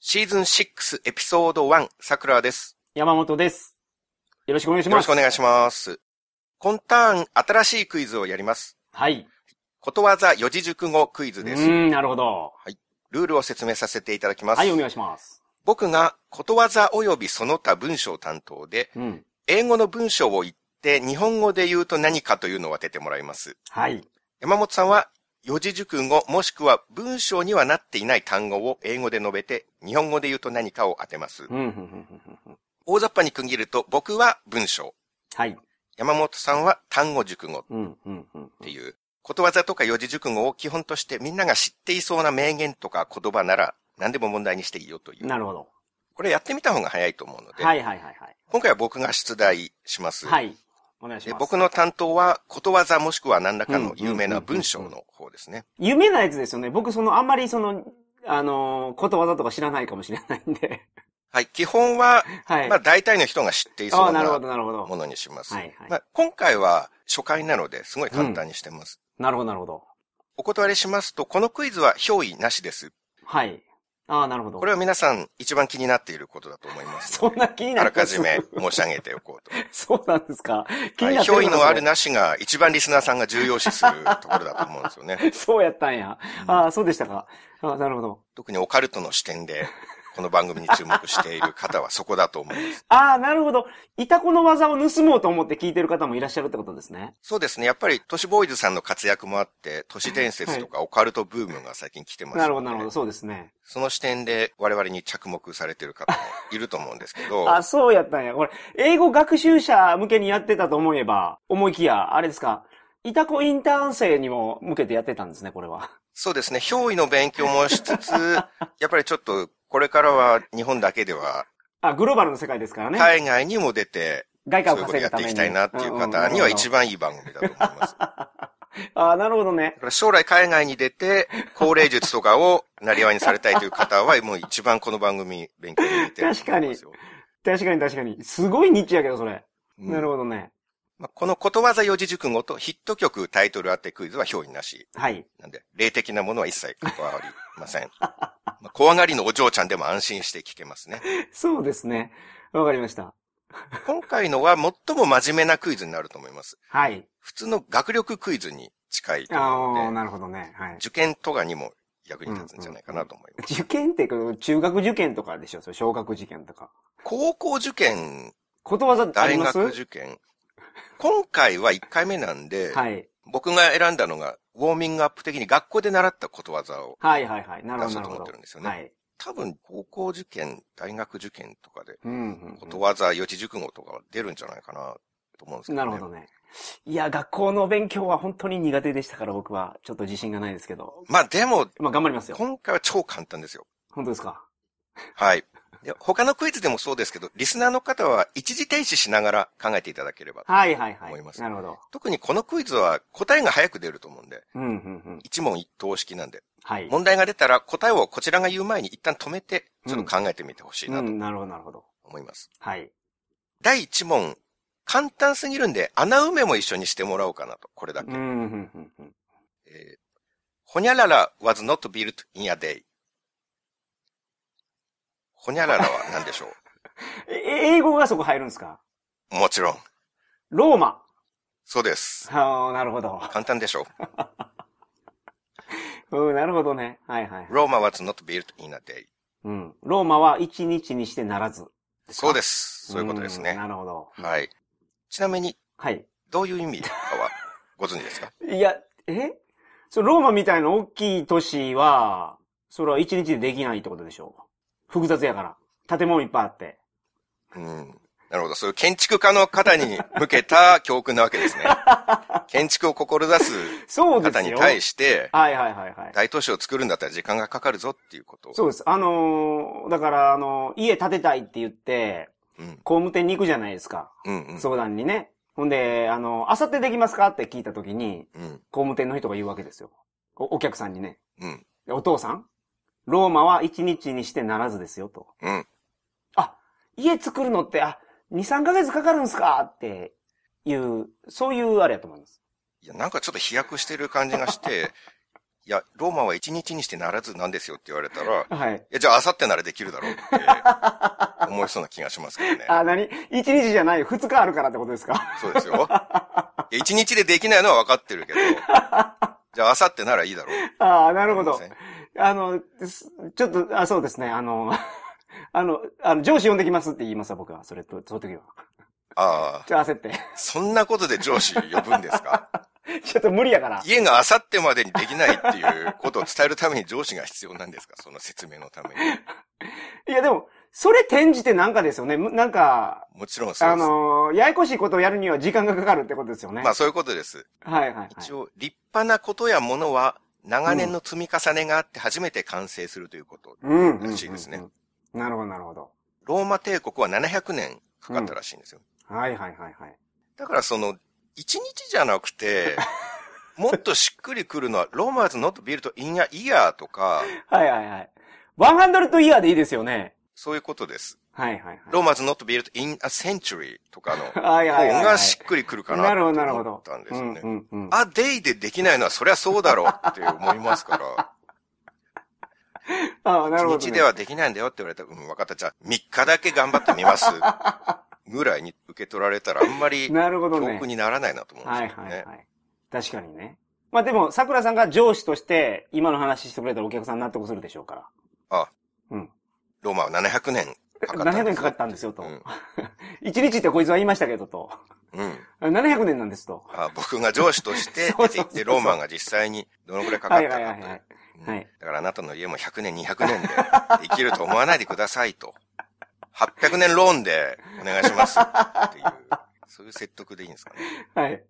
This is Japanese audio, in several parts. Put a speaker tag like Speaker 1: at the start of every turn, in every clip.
Speaker 1: シーズン6エピソード1、桜です。
Speaker 2: 山本です。よろしくお願いし
Speaker 1: よ
Speaker 2: ま
Speaker 1: ろ
Speaker 2: す。
Speaker 1: しくお願い
Speaker 2: し
Speaker 1: します。今ターン、新しいクイズをやります。
Speaker 2: ます。はい。
Speaker 1: ことわざ四字熟語クイズ
Speaker 2: う
Speaker 1: で
Speaker 2: ー
Speaker 1: す。
Speaker 2: ん、なるほど。
Speaker 1: ルールを説明させていただきます。
Speaker 2: はい、お願いします。
Speaker 1: 僕がことわざ及びその他文章担当で、
Speaker 2: うん。
Speaker 1: 英語の文章を言って日本語で言うと何かというのを当ててもらいます。
Speaker 2: はい。
Speaker 1: 山本さんは四字熟語もしくは文章にはなっていない単語を英語で述べて日本語で言うと何かを当てます。
Speaker 2: うん、うん、うんうんうん。
Speaker 1: 大雑把に区切ると僕は文章、
Speaker 2: はい。
Speaker 1: 山本さんは単語熟語っ
Speaker 2: うん、うん、うん。
Speaker 1: ていう、ことわざとか四字熟語を基本としてみんなが知っていそうな名言とか言葉なら何でも問題にしていいよという。
Speaker 2: なるほど。
Speaker 1: これやってみた方が早いと思うので、
Speaker 2: はい、はい、はい、はい。
Speaker 1: 今回は僕が出題します。
Speaker 2: はい。お願いし
Speaker 1: で
Speaker 2: ます。
Speaker 1: 僕の担当は、ことわざもしくは何らかの有名な文章の方ですね。
Speaker 2: 有名なやつですよね。僕、その、あんまり、その、あのー、ことわざとか知らないかもしれないんで。
Speaker 1: はい。基本は、
Speaker 2: はい。
Speaker 1: まあ大体の人が知ってい
Speaker 2: あ
Speaker 1: そ
Speaker 2: あ、
Speaker 1: う
Speaker 2: なるほ
Speaker 1: な
Speaker 2: ど、なるほ
Speaker 1: も
Speaker 2: ど。
Speaker 1: のにします。
Speaker 2: はいはい
Speaker 1: まあ今回は初回なので、すごい簡単にしてます。
Speaker 2: なるほど、なるほど。
Speaker 1: お断りしますと、このクイズは憑依なしです。
Speaker 2: はい。ああ、なるほど。
Speaker 1: これは皆さん一番気になっていることだと思います。
Speaker 2: そんな気にな
Speaker 1: あ
Speaker 2: る
Speaker 1: らかじめ申し上げておこうと。
Speaker 2: そうなんですか。気
Speaker 1: は
Speaker 2: に
Speaker 1: い、
Speaker 2: なってる
Speaker 1: 憑依のある
Speaker 2: な。
Speaker 1: なしが一番リスナーさんが重要視するところだと思うんですよね。
Speaker 2: それそうやったんや。
Speaker 1: うん
Speaker 2: ああ、そうでしたか。ああ、なるほど。
Speaker 1: 特にオカルトの視点で、この番組に注目している方はそこだと思います。
Speaker 2: ああ、なるほど。イタコの技を盗もうと思って聞いてる方もいらっしゃるってことですね。
Speaker 1: そうですね。やっぱり都市ボーイズさんの活躍もあって、都市伝説とかオカルトブームが最近来てます、
Speaker 2: なるほど、なるほど。。そうですね。
Speaker 1: その視点で我々に着目されてる方もいると思うんですけど、
Speaker 2: あ、そうやったんや。これ、英語学習者向けにやってたと思えば、思いきや、あれですか。イタコインターン生にも向けてやってたんですね、これは。
Speaker 1: そうですね。憑依の勉強もし つつ、やっぱりちょっとこれからは日本だけでは、
Speaker 2: あ、グローバルの世界ですからね。
Speaker 1: 海外にも出て、
Speaker 2: 外貨
Speaker 1: そ
Speaker 2: を
Speaker 1: ういうこ
Speaker 2: 稼
Speaker 1: とやったて
Speaker 2: ぐめ
Speaker 1: い
Speaker 2: に。
Speaker 1: きたいなっていう
Speaker 2: うんうん
Speaker 1: 方には一。
Speaker 2: なる
Speaker 1: 番いい番組だと思います。だ
Speaker 2: ほどあ、なるほどね。
Speaker 1: から将来海外に出て、高齢術とかをなりわいにされたいという方は、もう一番この番組勉強に向いてると思いますよ。
Speaker 2: 確かに確かに。すごいニッチやけど、それ。
Speaker 1: うん
Speaker 2: なるほどね。
Speaker 1: まあ、このことわざ四字熟語とヒット曲タイトルあってクイズは表意なし。
Speaker 2: はい。
Speaker 1: なんで、霊的なものは一切関わりま せん。まあ、怖がりのお嬢ちゃんでも安心して聞けますね。
Speaker 2: そうですね。わかりました。
Speaker 1: 今回のは最も真面目なクイズになると思います。
Speaker 2: はい。
Speaker 1: 普通の学力クイズに近いと思う
Speaker 2: ああ、
Speaker 1: ので、
Speaker 2: なるほどね。はい。
Speaker 1: 受験とかにも役に立つんじゃないかなと思います。
Speaker 2: 受験ってこう中学受験とかでしょそれ小学受験とか。
Speaker 1: 高校受験、
Speaker 2: ことわざってあり
Speaker 1: 大
Speaker 2: ます
Speaker 1: 学受験。今回は1回目なんで、
Speaker 2: はい。
Speaker 1: 僕が選んだのが、ウォーミングアップ的に学校で習ったことわざを
Speaker 2: はいはいはい。なる
Speaker 1: 出
Speaker 2: ほど、
Speaker 1: そ
Speaker 2: な
Speaker 1: うと
Speaker 2: るほ
Speaker 1: 思っ
Speaker 2: ど
Speaker 1: てるんですよ。ね。
Speaker 2: はい。
Speaker 1: 多分、高校受験、大学受験とかで、
Speaker 2: うんうん
Speaker 1: ことわざ、四字熟語とかは出るんじゃないかなと思うんです
Speaker 2: う
Speaker 1: けど、
Speaker 2: ん。な
Speaker 1: ね。
Speaker 2: るほどね。いや、学校の勉強は本当に苦手でしたから僕は、ちょっと自信がないですけど。
Speaker 1: まあでも、
Speaker 2: まあ頑張りますよ。
Speaker 1: 今回は超簡単ですよ。
Speaker 2: 本当ですか
Speaker 1: はい。で他のクイズでもそうですけど、リスナーの方は一時停止しながら考えていただければ。
Speaker 2: はいはいは
Speaker 1: 思い
Speaker 2: い
Speaker 1: ま。す
Speaker 2: なるほど。
Speaker 1: 特にこのクイズは答えが早く出ると思うんで、
Speaker 2: うんうんうん。
Speaker 1: 一問一答式なんで、
Speaker 2: はい。
Speaker 1: 問題が出たら答えをこちらが言う前に一旦止めて、ちょっと考えてみてほしいうなと
Speaker 2: ん、なるほどなるほど。
Speaker 1: 思います。
Speaker 2: はい。
Speaker 1: 第一問、簡単すぎるんで穴埋めも一緒にしてもらおうかなと、これだけ
Speaker 2: うん。うんうんうん。
Speaker 1: えーほにゃらら was not built in a day. ほにゃららは何でしょ
Speaker 2: え英語がそこ入るんですか
Speaker 1: うもちろん。
Speaker 2: ローマ。
Speaker 1: そうです。
Speaker 2: ああ、なるほど。
Speaker 1: 簡単でしょ
Speaker 2: うん、なるほどね。はいはいはい。
Speaker 1: う。ローマ was not built in a day.
Speaker 2: うん。ローマは一日にしてならず。
Speaker 1: そうです。そういうことです
Speaker 2: ん
Speaker 1: ね。
Speaker 2: なるほど。
Speaker 1: はい。ちなみに、
Speaker 2: はい。
Speaker 1: どういう意味かはご存知 ですか
Speaker 2: いや、えそれローマみたいな大きい都市は、それは一日でできないってことでしょう。複雑やから。建物いっぱいあって。
Speaker 1: うん。なるほど。そういう建築家の方に向けた教訓なわけです ね。建築を志す
Speaker 2: そうで
Speaker 1: 方
Speaker 2: す
Speaker 1: に
Speaker 2: よ。
Speaker 1: 対して、
Speaker 2: はいはいはいはい。
Speaker 1: 大都市を作るんだったら時間がかかるぞっていうことを。
Speaker 2: そうです。あのーだから、あのー家建てたいって言って、
Speaker 1: うん。
Speaker 2: 工務店に行くじゃないですか。
Speaker 1: うんうん。
Speaker 2: 相談にね。ほんで、あの、あさってできますかって聞いたときに、
Speaker 1: うん。
Speaker 2: 工務店の人が言うわけですよ。おお客さんにね。
Speaker 1: うん。
Speaker 2: でお父さんローマは一日にしてならずですよ、と。
Speaker 1: うん。
Speaker 2: あ、家作るのって、あ、2、3ヶ月かかるんすかっていう、そういうあれやと思います。
Speaker 1: いや、なんかちょっと飛躍してる感じがして、いや、ローマは一日にしてならずなんですよって言われたら、い
Speaker 2: はい。
Speaker 1: や、じゃあ明後日ならできるだろうって思いそうな気がしますけどね。
Speaker 2: あ、何一日じゃない、二日あるからってことですか
Speaker 1: そうですよ。いや一日でできないのは分かってるけど、じゃあ明後日ならいいだろう。
Speaker 2: ああ、なるほど
Speaker 1: 思い。ますね
Speaker 2: あの、すちょっと、あ、そうですね、あの、 あの、あの、上司呼んできますって言いますわ、僕は。それと、その時は。
Speaker 1: ああ、
Speaker 2: ちょっと焦って。
Speaker 1: そんなことで上司呼ぶんですか
Speaker 2: ちょっと無理やから。
Speaker 1: 家が明後日までにできないっていうことを伝えるために上司が必要なんですかその説明のために。
Speaker 2: いや、でも、それ転じてなんかですよね。むなんか、
Speaker 1: もちろんそう
Speaker 2: あ
Speaker 1: です。
Speaker 2: の、ややこしいことをやるには時間がかかるってことですよね。
Speaker 1: まあそういうことです。
Speaker 2: はいはい、はい。
Speaker 1: 一応、立派なことやものは長年の積み重ねがあって初めて完成するということ。
Speaker 2: うん。
Speaker 1: らしいですね
Speaker 2: うんうんうん。なるほど、なるほど。
Speaker 1: ローマ帝国は700年かかったらしいんですよ。
Speaker 2: はいはいはいはい。
Speaker 1: だからその、一日じゃなく て、もっとしっくりくるのは、ローマーズ not built in a year とか、
Speaker 2: はいはいはい。ワンハンドルとイヤーでいいですよね。
Speaker 1: そういうことです。
Speaker 2: はいはい
Speaker 1: ローマーズ not built in a century とかの
Speaker 2: はい。はいはいはい、は
Speaker 1: 方
Speaker 2: い。
Speaker 1: がしっくりくるかな
Speaker 2: なる
Speaker 1: と
Speaker 2: ほど、なる
Speaker 1: 思
Speaker 2: ほ
Speaker 1: っ
Speaker 2: ど。
Speaker 1: たんですよね
Speaker 2: う。んうんうん。
Speaker 1: あ、デイでできないのはそりゃそうだろうって思いますから。
Speaker 2: ああ、 なるほど、ね。
Speaker 1: 一日ではできないんだよって言われたら、うん、分かった。じゃあ、3日だけ頑張ってみます。ぐらいに受け取られたら、あんまり
Speaker 2: なるほど
Speaker 1: 教
Speaker 2: ね
Speaker 1: 訓。にならないなと思うん
Speaker 2: は
Speaker 1: で
Speaker 2: い
Speaker 1: すけど
Speaker 2: は
Speaker 1: ね。
Speaker 2: いはい。確かにね。まあでも、桜さんが上司として、今の話してくれたらお客さん納得するでしょうから。
Speaker 1: ローマは700年かかったんですよ。
Speaker 2: 700年かかったんですよと。
Speaker 1: うん
Speaker 2: 一1日ってこいつは言いましたけどと。
Speaker 1: うん。
Speaker 2: 700年なんですと。
Speaker 1: あ僕が上司として
Speaker 2: そう
Speaker 1: 出
Speaker 2: そ
Speaker 1: て
Speaker 2: うそう
Speaker 1: 行って、ローマンが実際にどのくらいかかったかと
Speaker 2: はいはいはいはい
Speaker 1: うん
Speaker 2: はい
Speaker 1: だからあなたの家も100年、200年で生きると思わないでくださいと。800年ローンでお願いしますっていう、そういう説得でいいんですかね。
Speaker 2: はい。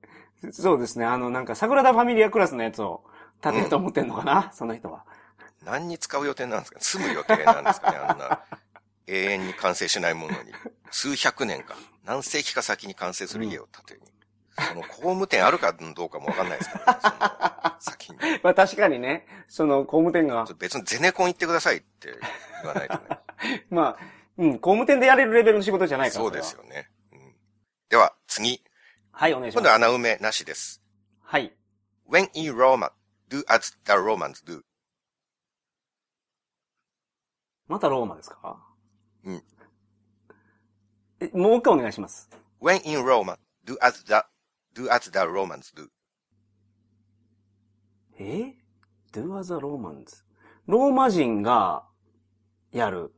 Speaker 2: そうですね。あの、なんか、桜田ファミリアクラスのやつを立てると思ってんのかな、その人は。
Speaker 1: 何に使う予定なんですか住む予定なんですかねあんな永遠に完成しないものに。数百年か、何世紀か先に完成する家を建てに。その工務店あるかどうかもわかんないですからね。その先 に。
Speaker 2: まあ確かにね、その、工務店が、
Speaker 1: 別にゼネコン行ってくださいって言わないとね。
Speaker 2: まあ、うん、工務店でやれるレベルの仕事じゃないから。
Speaker 1: そうです
Speaker 2: れは。
Speaker 1: よね。うんでは、次。
Speaker 2: はい、お願いし
Speaker 1: 今
Speaker 2: ま
Speaker 1: 度
Speaker 2: す。
Speaker 1: は穴埋めなしです。
Speaker 2: はい。
Speaker 1: When in Roma, do as the Romans do.
Speaker 2: またローマですか
Speaker 1: うん。
Speaker 2: えもう一回お願いします。
Speaker 1: When in Roma, do as the, do as the Romans do.
Speaker 2: え ?do as a Romans. ローマ人が、やる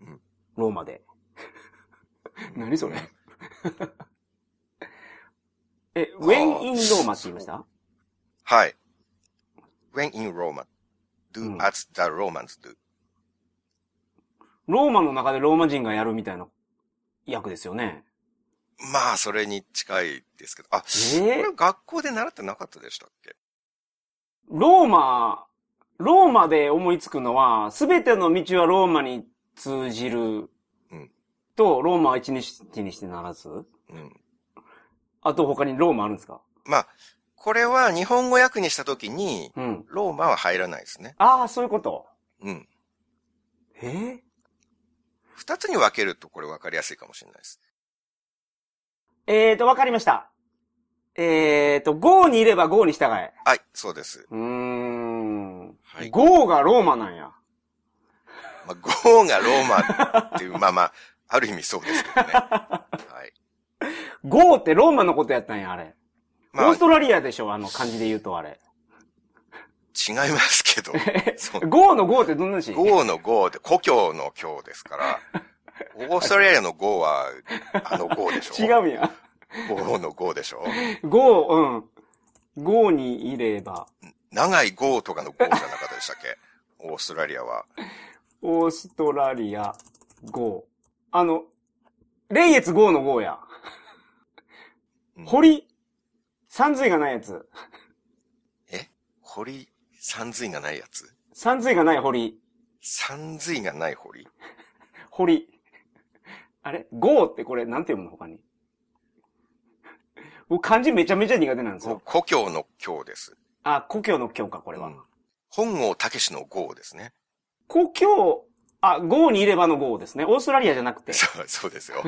Speaker 1: うん。
Speaker 2: ローマ で。何それえ、when in ローマって言いました
Speaker 1: はい。When in Roma,
Speaker 2: う
Speaker 1: do
Speaker 2: ん
Speaker 1: as the Romans do.
Speaker 2: ローマの中でローマ人がやるみたいな役ですよね。
Speaker 1: まあ、それに近いですけど。あ、こ
Speaker 2: え
Speaker 1: れ学校で習ってなかったでしたっけ
Speaker 2: ローマ、ローマで思いつくのは、すべての道はローマに通じる
Speaker 1: うん。
Speaker 2: と、ローマは一日にしてならず。
Speaker 1: うん。
Speaker 2: あと他にローマあるんですか
Speaker 1: まあ、これは日本語訳にしたときに、
Speaker 2: うん。
Speaker 1: ローマは入らないですね。
Speaker 2: ああ、そういうこと。
Speaker 1: うん。
Speaker 2: えー
Speaker 1: 二つに分けるとこれ分かりやすいかもしれないです。
Speaker 2: えーと、わかりました。えーと、5にいれば5に従え。
Speaker 1: はい、そうです。
Speaker 2: うーん。
Speaker 1: はい
Speaker 2: 5がローマなんや。
Speaker 1: まあ、ゴーがローマって いう、まあまあ、ある意味そうですけどね。はい。
Speaker 2: 5ってローマのことやったんや、あれ。
Speaker 1: ま
Speaker 2: オーストラリアでしょ、あの漢字で言うとあれ。
Speaker 1: あ、違いますけど、そう
Speaker 2: 5の5ってどんな字
Speaker 1: ゴーのゴーって故郷の郷ですから、オーストラリアのゴーは、あのゴーでしょ
Speaker 2: 違うんや。
Speaker 1: ゴーのゴーでしょ
Speaker 2: 5、うん。5にいれば。
Speaker 1: 長いゴーとかのゴーじゃなかったでしたっけオーストラリアは。
Speaker 2: オーストラリア5。あの、レイエツ5の5や。
Speaker 1: うん
Speaker 2: 堀、三髄がないやつ。
Speaker 1: 堀、三髄がないやつ
Speaker 2: 三髄がない堀。
Speaker 1: 三髄がない堀
Speaker 2: 堀。あれ ?5 ってこれなんて読むの他に。僕漢字めちゃめちゃ苦手なんです
Speaker 1: こ
Speaker 2: よ。
Speaker 1: 故郷の郷です。
Speaker 2: あ、故郷の郷か、これは。
Speaker 1: うん本郷武のゴーですね。
Speaker 2: 故郷、あ、5にいればの5ですね。オーストラリアじゃなくて。
Speaker 1: そう、そうですよ。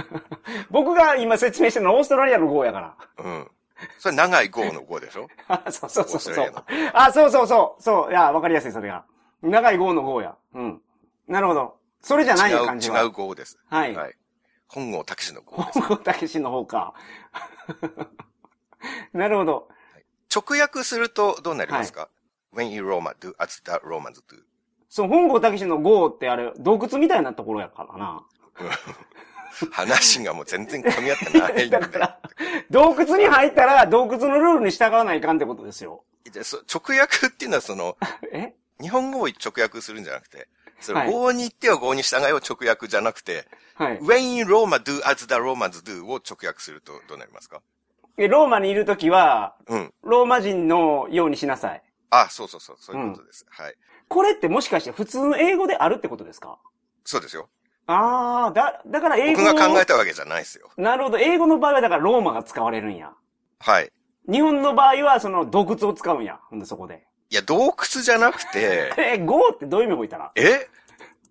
Speaker 2: 僕が今説明してるのはオーストラリアの5やから。
Speaker 1: うん。それ長い号の号でしょ
Speaker 2: あ そうそう
Speaker 1: オ
Speaker 2: そ
Speaker 1: ー
Speaker 2: う
Speaker 1: スト
Speaker 2: そ
Speaker 1: ラリア
Speaker 2: う
Speaker 1: の。。
Speaker 2: あ、そうそうそう。そう。いや、わかりやすい、それが。長い号の号や。うん。なるほど。それじゃないよ、感
Speaker 1: 違
Speaker 2: じ
Speaker 1: う、違う
Speaker 2: は。
Speaker 1: 号です。
Speaker 2: はい。
Speaker 1: はい。本郷武史の号です。
Speaker 2: 本郷武史の方か。 なるほど。
Speaker 1: 直訳するとどうなりますか、?When you Roma do as the Romans do.
Speaker 2: その本郷武史の号ってあれ、洞窟みたいなところやからな。
Speaker 1: 話がもう全然噛み合ってないんで
Speaker 2: だから、洞窟に入ったら洞窟のルールに従わないかんってことですよ。
Speaker 1: じゃあそ直訳っていうのはその、
Speaker 2: え
Speaker 1: 日本語を直訳するんじゃなくて、そ
Speaker 2: は
Speaker 1: の、
Speaker 2: い
Speaker 1: 合に行っては合に従いを直訳じゃなくて、
Speaker 2: はい。
Speaker 1: When you Roma do as the Romans do を直訳するとどうなりますか
Speaker 2: でローマにいるときは、
Speaker 1: うん。
Speaker 2: ローマ人のようにしなさい。
Speaker 1: あ、そうそうそう、そういうことです。はい。
Speaker 2: これってもしかして普通の英語であるってことですか
Speaker 1: そうですよ。
Speaker 2: ああ、だ、だから英語
Speaker 1: 僕
Speaker 2: の
Speaker 1: が考えたわけじゃないですよ。
Speaker 2: なるほど。英語の場合はだからローマが使われるんや。
Speaker 1: はい。
Speaker 2: 日本の場合はその洞窟を使うんや。ほんでそこで。、
Speaker 1: いや、洞窟じゃなくて
Speaker 2: え、ゴーってどういう意味を置いたら
Speaker 1: え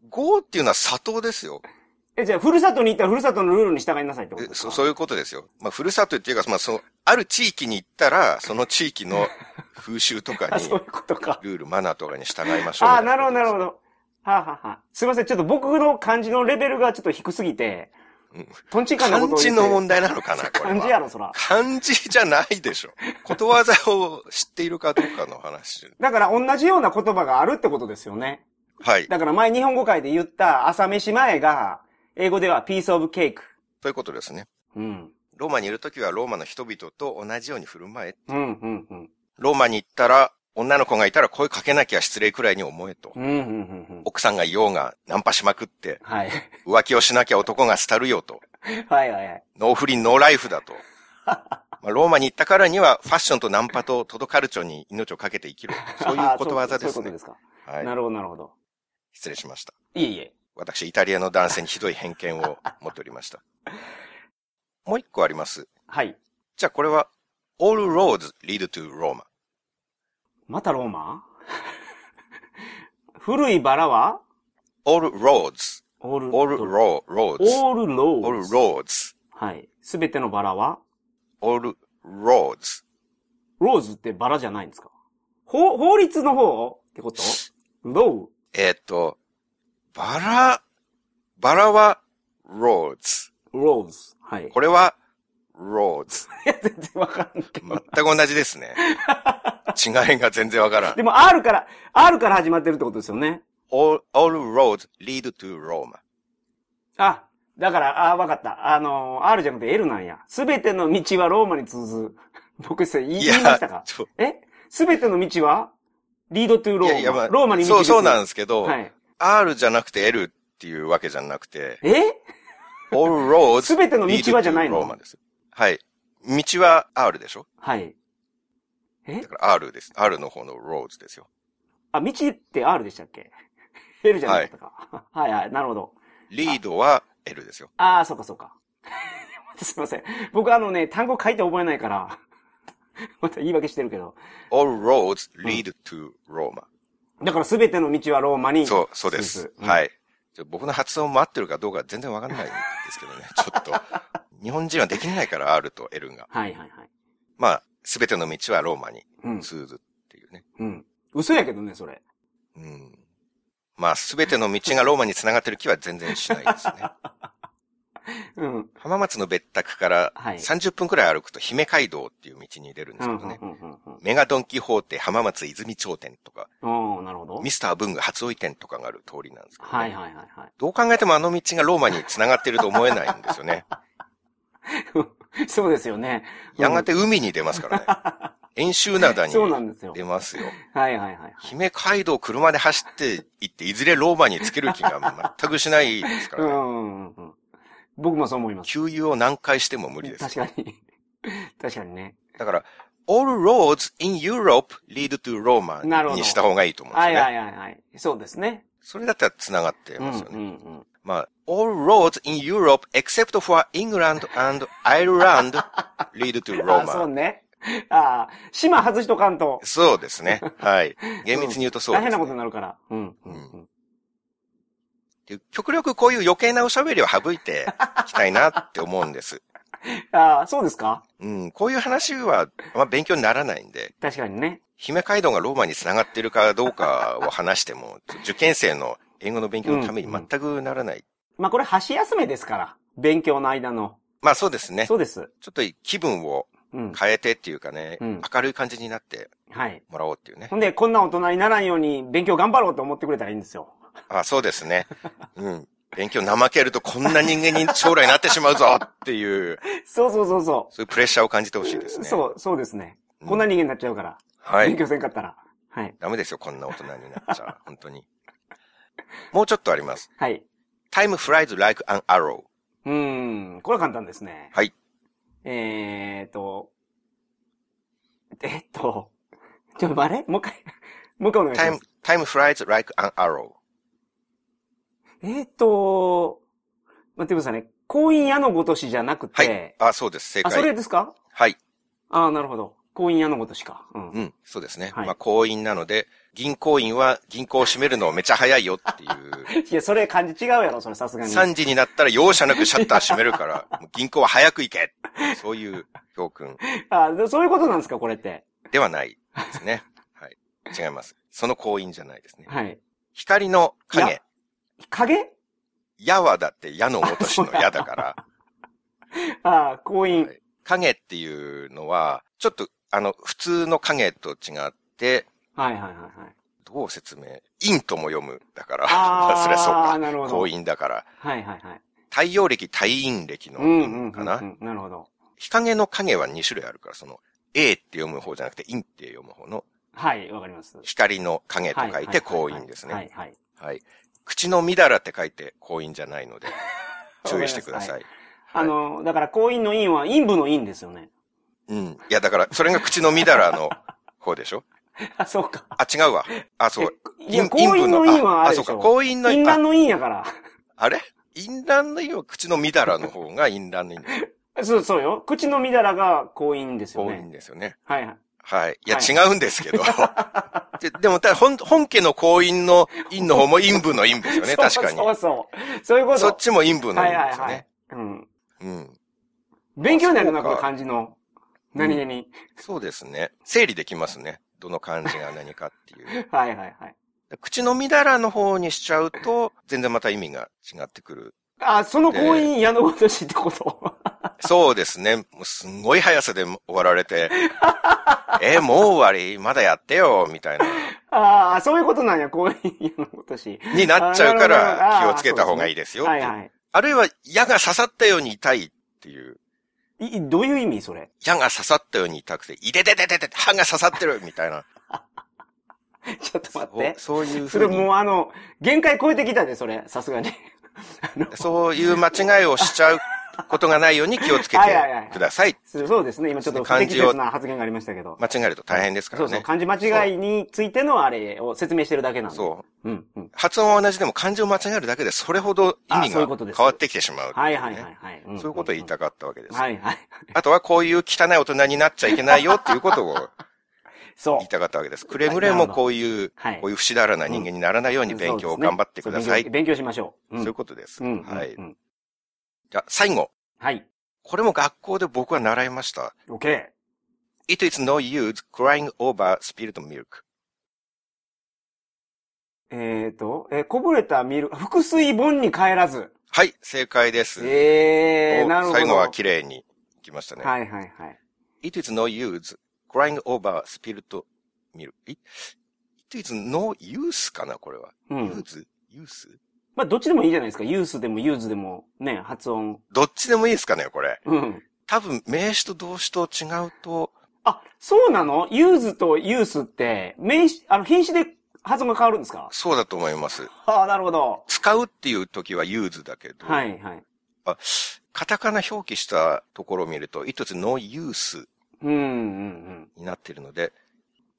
Speaker 1: 郷っていうのは里ですよ。
Speaker 2: え、じゃあ、ふるさとに行ったらふるさとのルールに従いなさいってこと
Speaker 1: え
Speaker 2: です
Speaker 1: そ
Speaker 2: か
Speaker 1: そういうことですよ。まあ、ふるさとっていうか、まあ、その、ある地域に行ったら、その地域の風習とか
Speaker 2: あ、
Speaker 1: に、
Speaker 2: そういうことか。
Speaker 1: ルール、マナーとかに従いましょうみた
Speaker 2: ああ、
Speaker 1: いこ
Speaker 2: なる
Speaker 1: とです
Speaker 2: ほど、なるほど。はあ、はあはあ、すいません。ちょっと僕の漢字のレベルがちょっと低すぎて、
Speaker 1: うん
Speaker 2: とんちんかんなこと
Speaker 1: 漢
Speaker 2: を
Speaker 1: 字
Speaker 2: 言って
Speaker 1: の問題なのかな、これ
Speaker 2: 漢字や
Speaker 1: は。
Speaker 2: ろ、そら。
Speaker 1: 漢字じゃないでしょ。ことわざを知っているかどうかの話。
Speaker 2: だから、同じような言葉があるってことですよね。
Speaker 1: はい。
Speaker 2: だから、前日本語界で言った朝飯前が、英語ではピースオブケーク。
Speaker 1: ということですね。
Speaker 2: うん。
Speaker 1: ローマにいるときはローマの人々と同じように振る舞え。
Speaker 2: うん、うん、うん。
Speaker 1: ローマに行ったら、女の子がいたら声かけなきゃ失礼くらいに思えと。
Speaker 2: うん、うん、うんうん。
Speaker 1: 奥さんがいようがナンパしまくって、
Speaker 2: はい。
Speaker 1: 浮気をしなきゃ男が廃るよと。
Speaker 2: はい、はい、はい。
Speaker 1: ノーフリーノーライフ だと。まあ、ローマに行ったからには、ファッションとナンパとトドカルチョに命をかけて生きる。そういうことわざで
Speaker 2: そ
Speaker 1: す
Speaker 2: うい
Speaker 1: ね
Speaker 2: うことで。すか。
Speaker 1: はい
Speaker 2: な。るほど、なるほど。
Speaker 1: 失礼しました。
Speaker 2: いえいえ。
Speaker 1: 私、イタリアの男性にひどい偏見を持っておりま した。もう一個あります。
Speaker 2: はい。
Speaker 1: じゃあこれは、all roads lead to Roma。
Speaker 2: またローマ 古いバラは
Speaker 1: all roads,
Speaker 2: オール、
Speaker 1: all ro- roads,
Speaker 2: オールロー。
Speaker 1: all roads,
Speaker 2: はい。すべてのバラは
Speaker 1: all roads.
Speaker 2: ローズってバラじゃないんですか法、法律の方ってことロ
Speaker 1: えーっと、バラ、バラは roads。
Speaker 2: ー、ローズ。はい。
Speaker 1: これは roads。
Speaker 2: 全然わからんけど。
Speaker 1: 全く同じです ね。違いが全然わからん。
Speaker 2: でも R から、R から始まってるってことですよね。
Speaker 1: all, all roads lead to Roma.
Speaker 2: あ、だから、あ、わかった。あのー、R じゃなくて L なんや。すべての道はローマに通ず。 僕さ、言い
Speaker 1: い
Speaker 2: 言いましたか
Speaker 1: ちょ
Speaker 2: えすべての道はリードトゥローマ。
Speaker 1: いやいや、まあ、
Speaker 2: ローマに
Speaker 1: そう、そうなん
Speaker 2: で
Speaker 1: ですけど、
Speaker 2: はい。
Speaker 1: R じゃなくて L っていうわけじゃなくて、
Speaker 2: え
Speaker 1: all roads
Speaker 2: 全ての道はじゃないの
Speaker 1: lead to Roma です。はい。道は R でしょ
Speaker 2: はい。え
Speaker 1: だから R です。R の方の roads ですよ。
Speaker 2: あ、道って R でしたっけ ?L じゃなかったか。はい、はいはいなるほど。
Speaker 1: リードは L ですよ。
Speaker 2: ああ、そうかそうか。 すいません。僕あのね、単語書いて覚えないから、 また言い訳してるけど。
Speaker 1: all roads lead to Roma。
Speaker 2: だからすべての道はローマに。。
Speaker 1: そう、そうです。はいい。ちょ僕の発音も合ってるかどうか全然わかんないんですけど ね。ちょっと。日本人はできないから、R と L が。
Speaker 2: はいはいはい。
Speaker 1: まあ、すべての道はローマに
Speaker 2: うん。
Speaker 1: 通ずっていうね。
Speaker 2: うん。嘘やけどね、それ。
Speaker 1: うん。まあ、すべての道がローマに繋がってる気は全然しないですね。
Speaker 2: うん。うん
Speaker 1: 浜松の別宅から
Speaker 2: はい
Speaker 1: 30分くらい歩くと姫街道っていう道に出るんで
Speaker 2: う
Speaker 1: すけ
Speaker 2: ん
Speaker 1: どね。
Speaker 2: うんうんうん。
Speaker 1: メガドンキホーテ浜松泉町店とか、
Speaker 2: おーなるほど。
Speaker 1: ミスター文具初追い店とかがある通りなんですけど、ね。
Speaker 2: はいはいはいはい。
Speaker 1: どう考えてもあの道がローマに繋がってると思えないんですよね。
Speaker 2: そうですよね。
Speaker 1: やがて海に出ますからね。遠州灘に
Speaker 2: そうなんですよ。
Speaker 1: 出ますよ。
Speaker 2: はいはいはい。
Speaker 1: 姫街道を車で走って行って、いずれローマにつける気が全くしないですか
Speaker 2: う
Speaker 1: らね。
Speaker 2: んうんうん。僕もそう思います。
Speaker 1: 給油を何回しても無理です。
Speaker 2: 確かに。 確かにね。
Speaker 1: だから、all roads in Europe lead to Roma
Speaker 2: なるほど
Speaker 1: にした方がいいと思うんです
Speaker 2: は
Speaker 1: ね。
Speaker 2: いはいはいはい。そうですね。
Speaker 1: それだったら繋がって
Speaker 2: うんう
Speaker 1: ま
Speaker 2: ん
Speaker 1: すよね。
Speaker 2: うん。
Speaker 1: まあ、all roads in Europe except for England and Ireland lead to
Speaker 2: あ、そう
Speaker 1: Roma.
Speaker 2: ね。ああ、島外しとかんと
Speaker 1: そうですね。はい。厳密に言うとそうで
Speaker 2: 大変
Speaker 1: す、
Speaker 2: な
Speaker 1: ね
Speaker 2: ことになるから。うん。う
Speaker 1: うんん
Speaker 2: うん
Speaker 1: で極力こういう余計なおしゃべりを省いていきたいなって思うんです。
Speaker 2: ああ、そうですか
Speaker 1: うん、こういう話は、まあ、勉強にならないんで、
Speaker 2: 確かにね。
Speaker 1: 姫街道がローマに繋がってるかどうかを話しても、受験生の英語の勉強のために全くならない。
Speaker 2: まあこれ箸休めですから。勉強の間の。
Speaker 1: まあそうですね。ちょ
Speaker 2: そうです。
Speaker 1: っと気分を
Speaker 2: うん。
Speaker 1: 変えてっていうかね、
Speaker 2: うん
Speaker 1: 明るい感じになって
Speaker 2: はい。
Speaker 1: もらおうっていうね
Speaker 2: ほ。んで、こんな大人にならんように勉強頑張ろうと思ってくれたらいいんですよ。
Speaker 1: あそうですね。 うん。勉強怠けるとこんな人間に将来なってしまうぞっていう、
Speaker 2: そうそうそうそ
Speaker 1: そういうプレッシャーを感じてほしいです
Speaker 2: う。
Speaker 1: ね。
Speaker 2: そう、そうですね。
Speaker 1: うん
Speaker 2: こんな人間になっちゃうから。
Speaker 1: は
Speaker 2: 勉
Speaker 1: い。
Speaker 2: 強せんかったら。はい。
Speaker 1: ダメですよ、こんな大人になっちゃう。 本当に。もうちょっとあります。
Speaker 2: はい。
Speaker 1: time flies like an arrow.
Speaker 2: うーん。これは簡単ですね。
Speaker 1: はい。
Speaker 2: えーと。えっと。ちょ、あれもう一回。もう一回お願いしま
Speaker 1: time,
Speaker 2: す。
Speaker 1: time flies like an arrow.
Speaker 2: えっと。待ってくださいね。婚姻屋のごとしじゃなく
Speaker 1: はい。
Speaker 2: て。
Speaker 1: あ、そうです。正
Speaker 2: あ、そ
Speaker 1: 解。
Speaker 2: れですか
Speaker 1: はい。
Speaker 2: ああ、なるほど。婚姻屋のごとしか。うん。
Speaker 1: うん。そうですね。
Speaker 2: はい
Speaker 1: まあ、行員なので、銀行員は銀行を閉めるのめちゃ早いよって いう。
Speaker 2: いや、それ漢字違うやろ、それさすがに。
Speaker 1: 3時になったら容赦なくシャッター閉めるから、もう銀行は早く行けそういう教訓
Speaker 2: あでそういうことなんですか、これって。
Speaker 1: ではないです ね。はい。違います。その行員じゃないですね。
Speaker 2: はい。
Speaker 1: 光の影。
Speaker 2: 影
Speaker 1: 矢はだって矢の落としの矢だから、
Speaker 2: ああ、婚姻。
Speaker 1: はい影っていうのは、ちょっと、あの、普通の影と違って、
Speaker 2: はい、はい、はいはい。
Speaker 1: どう説明陰とも読む。だから、
Speaker 2: あ ー
Speaker 1: そりゃそうか。
Speaker 2: なるほど
Speaker 1: 行員だから。
Speaker 2: はい、はい、はい。
Speaker 1: 太陽暦、太陰暦の
Speaker 2: うんうんうん、
Speaker 1: 陰
Speaker 2: うん。
Speaker 1: かな。
Speaker 2: なるほど。
Speaker 1: 日陰の影は2種類あるから、その、A って読む方じゃなくて、陰って読む方の、
Speaker 2: はい、わかります。
Speaker 1: 光の影と書いて、
Speaker 2: は
Speaker 1: 光
Speaker 2: は
Speaker 1: 陰です
Speaker 2: は
Speaker 1: ね。
Speaker 2: い、はい。
Speaker 1: はい。口のみだらって書いて、光陰じゃない ので、注意してくだ
Speaker 2: わ
Speaker 1: さ
Speaker 2: か
Speaker 1: い。
Speaker 2: あの、だから、婚姻の陰は陰部の陰ですよね。
Speaker 1: うん。いや、だから、それが口のみだらの方でしょ
Speaker 2: あ、そうか。
Speaker 1: あ、違うわ。あ、そう。
Speaker 2: いや、
Speaker 1: 陰
Speaker 2: 婚姻の
Speaker 1: 陰
Speaker 2: 陰はあれでし
Speaker 1: そうか、
Speaker 2: ょ。
Speaker 1: 光陰の
Speaker 2: 陰
Speaker 1: 陰、あ
Speaker 2: 乱の陰やから。
Speaker 1: あれ陰乱の陰は口のみだらの方が陰乱の陰です。
Speaker 2: そう、そうよ。口のみだらが婚姻ですよ
Speaker 1: 光
Speaker 2: ね
Speaker 1: 陰。ですよね。
Speaker 2: はい、はい。
Speaker 1: はい。いや、
Speaker 2: はい
Speaker 1: 違うんです けど。ででも、た本本家の婚姻の陰の方も陰部の陰ですよね、確かに。
Speaker 2: そうそうそう。そういうこと。
Speaker 1: そっちも陰部の
Speaker 2: は
Speaker 1: 陰
Speaker 2: い、は
Speaker 1: で
Speaker 2: い、
Speaker 1: すよ
Speaker 2: はい
Speaker 1: ね。。
Speaker 2: うん。
Speaker 1: うん。
Speaker 2: 勉強になるな、
Speaker 1: あ
Speaker 2: こ
Speaker 1: そうか
Speaker 2: の漢字の。何気に。
Speaker 1: そうですね。整理できますね。どの漢字が何かっていう。
Speaker 2: はいはいはい。
Speaker 1: 口のみだらの方にしちゃうと、全然また意味が違ってくる。
Speaker 2: あ、その婚姻矢野ごとしってこと、
Speaker 1: そうですね。もうすんごい速さで終わられ て、え、もう終わりまだやってよ、みたいな。
Speaker 2: ああ、そういうことなんや、婚姻矢野ごとし。
Speaker 1: になっちゃうか
Speaker 2: あなるほどな
Speaker 1: ら気を
Speaker 2: るほど
Speaker 1: つけた方がいいですよ。
Speaker 2: はいはい。
Speaker 1: あるいは矢が刺さったように痛いっていう。
Speaker 2: いいどういう意味それ
Speaker 1: 矢が刺さったように痛くて、いででででで歯が刺さってるみたいな。
Speaker 2: ちょっと待って。
Speaker 1: そうそういう
Speaker 2: そ
Speaker 1: ふう
Speaker 2: れ
Speaker 1: に。
Speaker 2: もうあの、限界超えてきたで、それ。さすがに。 あの
Speaker 1: そういう間違いをしちゃうことがないように気をつけて
Speaker 2: はいはいはい
Speaker 1: ください。
Speaker 2: そうそうですね。今ちょっと不
Speaker 1: 漢
Speaker 2: 適
Speaker 1: 字を
Speaker 2: 切な発言がありましたけど。
Speaker 1: 間違えると大変ですか
Speaker 2: そ
Speaker 1: ら
Speaker 2: うそう。
Speaker 1: ね。
Speaker 2: 漢字間違いについてのあれを説明してるだけなんで。
Speaker 1: そう。
Speaker 2: う。うん、うん。
Speaker 1: 発音は同じでも漢字を間違えるだけでそれほど意
Speaker 2: あ
Speaker 1: 味
Speaker 2: そう
Speaker 1: が
Speaker 2: いうことです
Speaker 1: 変わってきてしまうっていうね
Speaker 2: はいはいはいはい。ん
Speaker 1: そういうことを言いたかったわけです。
Speaker 2: はいはい。
Speaker 1: あとはこういう汚い大人になっちゃいけないよっていうことを
Speaker 2: そう
Speaker 1: 言い。たかったわけです。くれぐれもこういう、
Speaker 2: はい
Speaker 1: こういう不死だらな人間にならないように勉強を頑張ってください。
Speaker 2: そうですねそ
Speaker 1: そ
Speaker 2: う
Speaker 1: う,、
Speaker 2: 勉強勉強しましょう。うん
Speaker 1: いうことです。
Speaker 2: うんうんうん
Speaker 1: はい。じゃあ、最後。
Speaker 2: はい。
Speaker 1: これも学校で僕は習いました。
Speaker 2: OK。
Speaker 1: It is no use crying over spilled milk.
Speaker 2: えっ、と、えーこぼれたミル ク、複水盆に帰らず。
Speaker 1: はい、正解です。
Speaker 2: えー、
Speaker 1: お
Speaker 2: なるほど。
Speaker 1: 最後は綺麗にいきましたね。
Speaker 2: はいはいはい。
Speaker 1: It is no use crying over spilled milk. It it is no use かなこれは。
Speaker 2: う
Speaker 1: use?
Speaker 2: ん。
Speaker 1: use?
Speaker 2: まあ、どっちでもいいじゃないですか。ユースでもユーズでも、ね、発音。
Speaker 1: どっちでもいいですかねこれ。
Speaker 2: うん。
Speaker 1: 多分、名詞と動詞と違うと、
Speaker 2: あ、そうなのユーズとユースって、名詞、あの、品詞で発音が変わるんですか
Speaker 1: そうだと思います。
Speaker 2: ああ、なるほど。
Speaker 1: 使うっていう時は use だけど、
Speaker 2: はいはい。
Speaker 1: カタカナ表記したところを見ると、一つ no use
Speaker 2: うんうんうん。
Speaker 1: になっているので、